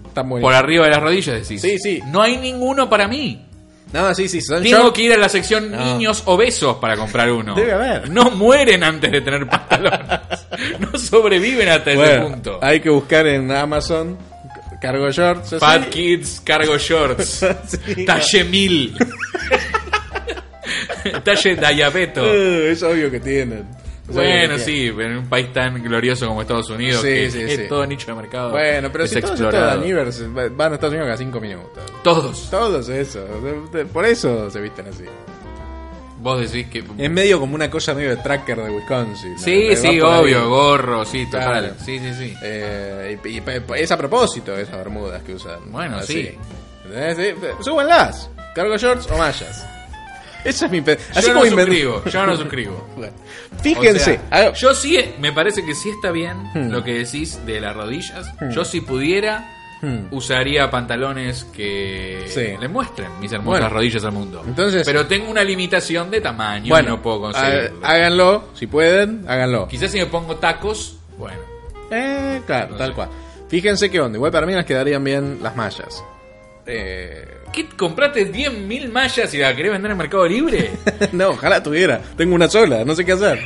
[SPEAKER 3] Están buenos.
[SPEAKER 2] Por arriba de las rodillas decís.
[SPEAKER 3] Sí, sí.
[SPEAKER 2] No hay ninguno para mí.
[SPEAKER 3] No, sí, sí, son
[SPEAKER 2] Tengo
[SPEAKER 3] shorts.
[SPEAKER 2] que ir a la sección
[SPEAKER 3] No.
[SPEAKER 2] niños obesos para comprar uno.
[SPEAKER 3] Debe haber.
[SPEAKER 2] No mueren antes de tener
[SPEAKER 3] <laughs>
[SPEAKER 2] pantalones. no sobreviven hasta ese
[SPEAKER 3] Bueno,
[SPEAKER 2] punto.
[SPEAKER 3] hay que buscar en Amazon cargo shorts. así.
[SPEAKER 2] Fat Kids Cargo Shorts.
[SPEAKER 3] <laughs> Sí.
[SPEAKER 2] Talle
[SPEAKER 3] <laughs>
[SPEAKER 2] 1000. Talle Diabeto.
[SPEAKER 3] Eh, es obvio que tienen. Es obvio que
[SPEAKER 2] Bueno,
[SPEAKER 3] tienen.
[SPEAKER 2] sí, pero en un país tan glorioso como Estados Unidos,
[SPEAKER 3] Sí,
[SPEAKER 2] que
[SPEAKER 3] sí,
[SPEAKER 2] es
[SPEAKER 3] sí.
[SPEAKER 2] todo nicho de mercado.
[SPEAKER 3] Bueno, pero
[SPEAKER 2] es
[SPEAKER 3] si todos estos
[SPEAKER 2] explorado.
[SPEAKER 3] Danivers van a Estados Unidos cada 5 minutos.
[SPEAKER 2] Todos.
[SPEAKER 3] Todos eso. de- de- Por eso se visten así.
[SPEAKER 2] Vos decís que.
[SPEAKER 3] Es medio como una cosa medio de tracker de Wisconsin. ¿no?
[SPEAKER 2] Sí,
[SPEAKER 3] Va
[SPEAKER 2] sí,
[SPEAKER 3] por ahí.
[SPEAKER 2] obvio, gorro, sí, total.
[SPEAKER 3] Claro.
[SPEAKER 2] Sí, sí, sí.
[SPEAKER 3] Eh, y, y- y- es a propósito esas bermudas que usan.
[SPEAKER 2] Bueno, sí.
[SPEAKER 3] ¿Entendés? Sí, eh, Súbanlas. Cargo shorts o mallas. Esa es mi... pe-
[SPEAKER 2] yo no
[SPEAKER 3] como inven-
[SPEAKER 2] suscribo, yo no suscribo.
[SPEAKER 3] <laughs> Bueno,
[SPEAKER 2] O
[SPEAKER 3] Fíjense. Hmm.
[SPEAKER 2] sea,
[SPEAKER 3] haga-
[SPEAKER 2] yo sí, me parece que sí está bien lo que decís de las rodillas. Yo si pudiera,
[SPEAKER 3] Hmm.
[SPEAKER 2] usaría pantalones que
[SPEAKER 3] Sí.
[SPEAKER 2] le muestren mis hermosas
[SPEAKER 3] Bueno.
[SPEAKER 2] rodillas al mundo.
[SPEAKER 3] Entonces-
[SPEAKER 2] Pero tengo una limitación de tamaño y no puedo conseguirlo.
[SPEAKER 3] ha- háganlo. Si pueden, háganlo.
[SPEAKER 2] Quizás si me pongo tacos, bueno.
[SPEAKER 3] Eh, claro,
[SPEAKER 2] No
[SPEAKER 3] tal
[SPEAKER 2] sé.
[SPEAKER 3] cual. Fíjense qué onda. Igual para mí las quedarían bien las mallas. <laughs> Eh,
[SPEAKER 2] ¿Qué? ¿Compraste 10.000 mallas y la querés vender en Mercado Libre?
[SPEAKER 3] no, ojalá tuviera. Tengo una sola, no sé qué hacer.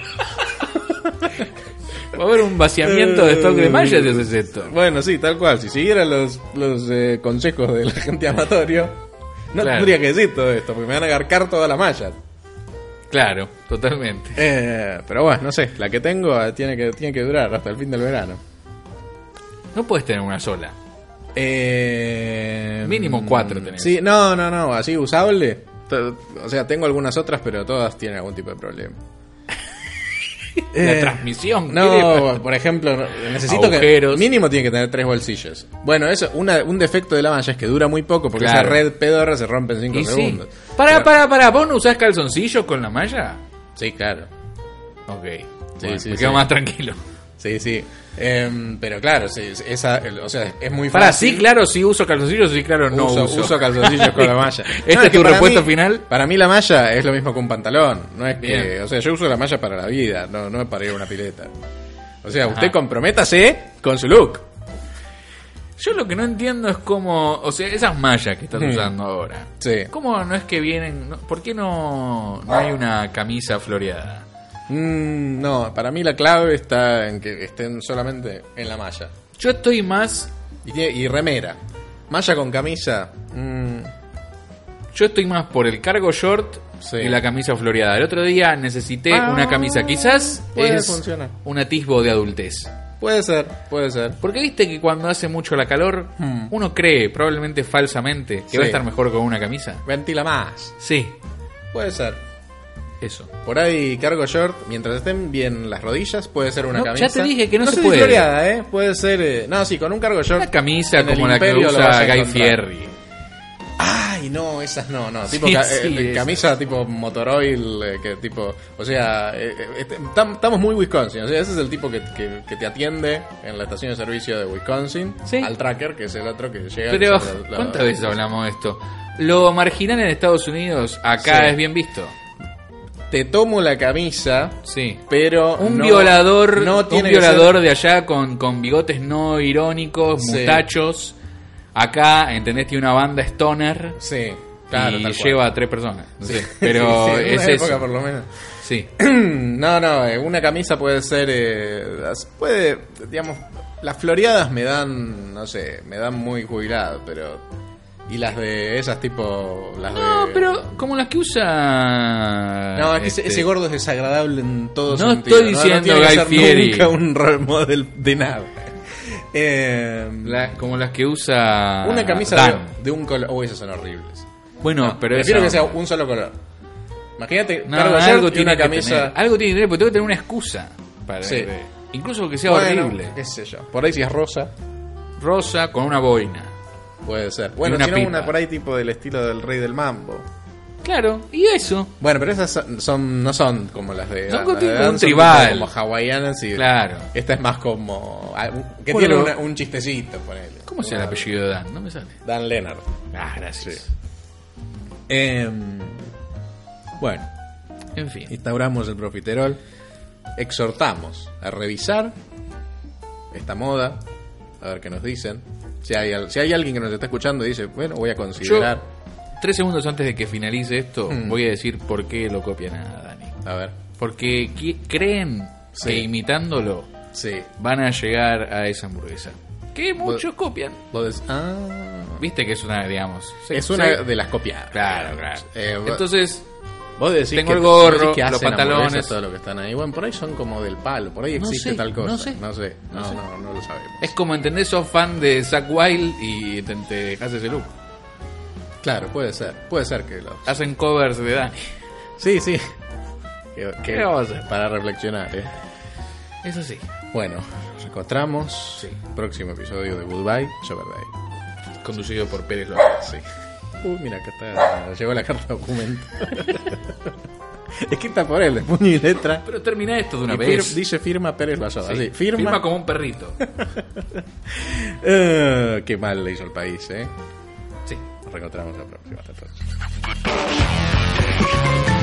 [SPEAKER 2] Va a haber un vaciamiento de stock de mallas de ese
[SPEAKER 3] <laughs>
[SPEAKER 2] esto.
[SPEAKER 3] Bueno, sí, tal cual. Si siguiera los, los eh, consejos de la <laughs> gente amatorio, no
[SPEAKER 2] Claro.
[SPEAKER 3] tendría que decir todo esto, porque me van a agarcar todas las mallas.
[SPEAKER 2] Claro, totalmente.
[SPEAKER 3] Eh, pero bueno, no sé. La que tengo eh, tiene que, tiene que durar hasta el fin del verano.
[SPEAKER 2] No puedes tener una sola.
[SPEAKER 3] Eh,
[SPEAKER 2] Mínimo cuatro tenés.
[SPEAKER 3] Sí, no, no, no, así usable. To- O sea, tengo algunas otras, pero todas tienen algún tipo de
[SPEAKER 2] <laughs>
[SPEAKER 3] problema.
[SPEAKER 2] La
[SPEAKER 3] Eh,
[SPEAKER 2] transmisión. ¿qué le pasa?
[SPEAKER 3] No, por ejemplo, necesito
[SPEAKER 2] Agujeros.
[SPEAKER 3] que mínimo tiene que tener tres bolsillos. Bueno, eso una, un defecto de la malla es que dura muy poco porque
[SPEAKER 2] Claro.
[SPEAKER 3] esa red pedorra se rompe en 5
[SPEAKER 2] Y sí.
[SPEAKER 3] segundos.
[SPEAKER 2] Pará,
[SPEAKER 3] Pero-
[SPEAKER 2] pará, pará. ¿Vos no usás calzoncillos con la malla?
[SPEAKER 3] Sí, claro.
[SPEAKER 2] Ok.
[SPEAKER 3] Sí,
[SPEAKER 2] Bueno,
[SPEAKER 3] sí,
[SPEAKER 2] me
[SPEAKER 3] sí.
[SPEAKER 2] quedo más
[SPEAKER 3] <laughs>
[SPEAKER 2] tranquilo.
[SPEAKER 3] Sí, sí. Em, pero claro, sí, sí, esa, el- o sea, es muy
[SPEAKER 2] Pará,
[SPEAKER 3] fácil.
[SPEAKER 2] sí, claro, sí uso calzoncillos, sí, claro, no uso.
[SPEAKER 3] Ah, uso, uso calzoncillos con <laughs> la
[SPEAKER 2] <laughs>
[SPEAKER 3] malla.
[SPEAKER 2] ¿Esta es
[SPEAKER 3] que
[SPEAKER 2] tu
[SPEAKER 3] para
[SPEAKER 2] respuesta
[SPEAKER 3] mí-
[SPEAKER 2] final?
[SPEAKER 3] Para mí la malla es lo mismo que un pantalón. No es que,
[SPEAKER 2] Bien.
[SPEAKER 3] o sea, yo uso la malla para la vida, no, no para ir a una pileta. O sea, usted
[SPEAKER 2] Ajá.
[SPEAKER 3] comprométase con su look.
[SPEAKER 2] Yo lo que no entiendo es cómo. O sea, esas mallas que estás
[SPEAKER 3] Hmm.
[SPEAKER 2] usando ahora.
[SPEAKER 3] Sí.
[SPEAKER 2] ¿Cómo no es que vienen.? no- ¿Por qué no, no hay una camisa floreada?
[SPEAKER 3] Mm, no, para mí la clave está en que estén solamente en la malla.
[SPEAKER 2] Yo estoy más.
[SPEAKER 3] Y, tiene- y remera. Malla con camisa. mm,
[SPEAKER 2] Yo estoy más por el cargo short
[SPEAKER 3] Sí.
[SPEAKER 2] y la camisa floreada. El otro día necesité
[SPEAKER 3] Ah,
[SPEAKER 2] una camisa. Quizás
[SPEAKER 3] puede
[SPEAKER 2] es
[SPEAKER 3] funcionar.
[SPEAKER 2] un atisbo de adultez.
[SPEAKER 3] puede ser, puede ser.
[SPEAKER 2] Porque viste que cuando hace mucho la calor,
[SPEAKER 3] Hmm.
[SPEAKER 2] uno cree, probablemente falsamente, que
[SPEAKER 3] Sí.
[SPEAKER 2] va a estar mejor con una camisa.
[SPEAKER 3] Ventila más.
[SPEAKER 2] Sí,
[SPEAKER 3] Puede ser.
[SPEAKER 2] eso.
[SPEAKER 3] Por ahí cargo short, mientras estén bien las rodillas, puede ser una
[SPEAKER 2] No, ya
[SPEAKER 3] camisa.
[SPEAKER 2] te dije que no se
[SPEAKER 3] sé si
[SPEAKER 2] puede.
[SPEAKER 3] floreada, ¿eh? Puede ser... eh, no, sí, con un cargo short...
[SPEAKER 2] Una camisa
[SPEAKER 3] en el
[SPEAKER 2] como la que
[SPEAKER 3] Imperio lo vas
[SPEAKER 2] usa
[SPEAKER 3] a
[SPEAKER 2] Guy
[SPEAKER 3] encontrar.
[SPEAKER 2] Fieri.
[SPEAKER 3] Ay, no, esas no, no. Tipo
[SPEAKER 2] Sí,
[SPEAKER 3] ca-
[SPEAKER 2] sí,
[SPEAKER 3] eh,
[SPEAKER 2] esas.
[SPEAKER 3] camisa tipo motoroil, eh, que tipo... O sea, eh, eh, este- tam- estamos muy Wisconsin. O sea, ese es el tipo que, que- que te atiende en la estación de servicio de Wisconsin.
[SPEAKER 2] Sí.
[SPEAKER 3] Al tracker, que es el otro que llega... y
[SPEAKER 2] Pero,
[SPEAKER 3] se lo- lo-
[SPEAKER 2] ¿cuántas veces hablamos de esto? Lo marginal en Estados Unidos acá
[SPEAKER 3] Sí.
[SPEAKER 2] es bien visto.
[SPEAKER 3] Te tomo la camisa,
[SPEAKER 2] Sí.
[SPEAKER 3] pero...
[SPEAKER 2] Un
[SPEAKER 3] no-
[SPEAKER 2] violador,
[SPEAKER 3] no
[SPEAKER 2] un
[SPEAKER 3] tiene que
[SPEAKER 2] violador
[SPEAKER 3] ser-
[SPEAKER 2] de allá con, con bigotes no irónicos,
[SPEAKER 3] Sí.
[SPEAKER 2] mutachos. Acá, ¿entendés? Tiene una banda stoner
[SPEAKER 3] Sí, claro,
[SPEAKER 2] y
[SPEAKER 3] tal cual.
[SPEAKER 2] lleva a tres personas. No sé,
[SPEAKER 3] <laughs> Sí,
[SPEAKER 2] Pero
[SPEAKER 3] sí, en
[SPEAKER 2] es
[SPEAKER 3] una época,
[SPEAKER 2] eso.
[SPEAKER 3] por lo menos. <laughs>
[SPEAKER 2] Sí.
[SPEAKER 3] No, no, eh, una camisa puede ser. eh, as- puede, digamos, Las floreadas me dan, no sé, me dan muy jubilado, pero... Y las de esas tipo... Las
[SPEAKER 2] No,
[SPEAKER 3] de...
[SPEAKER 2] pero como las que usa.
[SPEAKER 3] No, es que
[SPEAKER 2] este,
[SPEAKER 3] ese, ese gordo es desagradable en todo
[SPEAKER 2] No
[SPEAKER 3] sentido.
[SPEAKER 2] estoy diciendo
[SPEAKER 3] tiene que
[SPEAKER 2] Guy
[SPEAKER 3] ser
[SPEAKER 2] Fieri.
[SPEAKER 3] nunca un role model de nada. Eh,
[SPEAKER 2] la- como las que usa.
[SPEAKER 3] una camisa
[SPEAKER 2] Dan.
[SPEAKER 3] de, de un color... Oh, esas son horribles.
[SPEAKER 2] Bueno, pero
[SPEAKER 3] Prefiero
[SPEAKER 2] esa-
[SPEAKER 3] que sea un solo color. Imagínate,
[SPEAKER 2] No,
[SPEAKER 3] cargo
[SPEAKER 2] algo
[SPEAKER 3] shirt y
[SPEAKER 2] tiene
[SPEAKER 3] una
[SPEAKER 2] que
[SPEAKER 3] camisa...
[SPEAKER 2] tener. Algo tiene que tener, porque tengo que tener una excusa. Para
[SPEAKER 3] Sí.
[SPEAKER 2] de- incluso que sea
[SPEAKER 3] Bueno,
[SPEAKER 2] horrible.
[SPEAKER 3] qué sé yo. Por ahí si es rosa,
[SPEAKER 2] Rosa con una boina.
[SPEAKER 3] puede ser. Bueno,
[SPEAKER 2] una
[SPEAKER 3] si no,
[SPEAKER 2] pipa.
[SPEAKER 3] una por ahí tipo del estilo del rey del mambo.
[SPEAKER 2] Claro, y eso.
[SPEAKER 3] Bueno, pero esas son, son- no son como las de.
[SPEAKER 2] Son
[SPEAKER 3] Dan,
[SPEAKER 2] como
[SPEAKER 3] las de
[SPEAKER 2] tipo
[SPEAKER 3] Dan
[SPEAKER 2] un
[SPEAKER 3] son
[SPEAKER 2] tribal.
[SPEAKER 3] Como hawaianas y.
[SPEAKER 2] Claro.
[SPEAKER 3] Esta es más como. ah, un- Que
[SPEAKER 2] Bueno,
[SPEAKER 3] tiene
[SPEAKER 2] lo-
[SPEAKER 3] una- un chistecito, ponele.
[SPEAKER 2] ¿Cómo es el
[SPEAKER 3] Una-
[SPEAKER 2] apellido de Dan? No me sale.
[SPEAKER 3] Dan Leonard.
[SPEAKER 2] Ah, gracias.
[SPEAKER 3] Em, bueno,
[SPEAKER 2] En fin.
[SPEAKER 3] instauramos el profiterol. Exhortamos a revisar esta moda. A ver qué nos dicen. Si hay, al- si hay alguien que nos está escuchando y dice, bueno, voy a
[SPEAKER 2] Yo,
[SPEAKER 3] considerar.
[SPEAKER 2] tres segundos antes de que finalice esto,
[SPEAKER 3] Hmm.
[SPEAKER 2] voy a decir por qué lo copian a Dani.
[SPEAKER 3] A ver.
[SPEAKER 2] Porque qui- creen
[SPEAKER 3] Sí.
[SPEAKER 2] que imitándolo
[SPEAKER 3] Sí.
[SPEAKER 2] van a llegar a esa hamburguesa. Que muchos copian.
[SPEAKER 3] Vos decís, ah.
[SPEAKER 2] Viste que es una, digamos. se-
[SPEAKER 3] es una
[SPEAKER 2] se-
[SPEAKER 3] de las copiadas.
[SPEAKER 2] Claro, claro.
[SPEAKER 3] Eh, va-
[SPEAKER 2] Entonces,
[SPEAKER 3] Vos decís
[SPEAKER 2] Tengo
[SPEAKER 3] que,
[SPEAKER 2] el gorro,
[SPEAKER 3] decís que
[SPEAKER 2] los
[SPEAKER 3] hacen
[SPEAKER 2] pantalones.
[SPEAKER 3] hamburguesas, todo lo que están ahí. Bueno, por ahí son como del palo, por ahí
[SPEAKER 2] No
[SPEAKER 3] existe
[SPEAKER 2] sé,
[SPEAKER 3] tal cosa.
[SPEAKER 2] no sé.
[SPEAKER 3] no sé, no,
[SPEAKER 2] No sé.
[SPEAKER 3] no, no lo sabemos.
[SPEAKER 2] es como entendés, sos fan de Zack Wild y te, te dejás ese look.
[SPEAKER 3] Claro, puede ser, puede ser que lo.
[SPEAKER 2] Hacen covers de Dani.
[SPEAKER 3] Ah, Sí, sí. <laughs> Que- que-
[SPEAKER 2] ¿Qué vamos a hacer?
[SPEAKER 3] Para reflexionar, eh.
[SPEAKER 2] Eso sí.
[SPEAKER 3] Bueno, nos encontramos.
[SPEAKER 2] Sí.
[SPEAKER 3] Próximo episodio de Goodbye, Soberday.
[SPEAKER 2] Conducido por Pérez López.
[SPEAKER 3] Sí. Uy, mira, acá está. <laughs> Llegó la carta documento. <laughs> Escrita por él, de puño y letra.
[SPEAKER 2] Pero termina esto de una
[SPEAKER 3] Y
[SPEAKER 2] vez.
[SPEAKER 3] fir- dice firma Pérez Basoda.
[SPEAKER 2] Sí.
[SPEAKER 3] así,
[SPEAKER 2] firma. como un perrito.
[SPEAKER 3] Eh, qué mal le hizo el país, ¿eh?
[SPEAKER 2] Sí.
[SPEAKER 3] Nos reencontramos la próxima. Hasta pronto.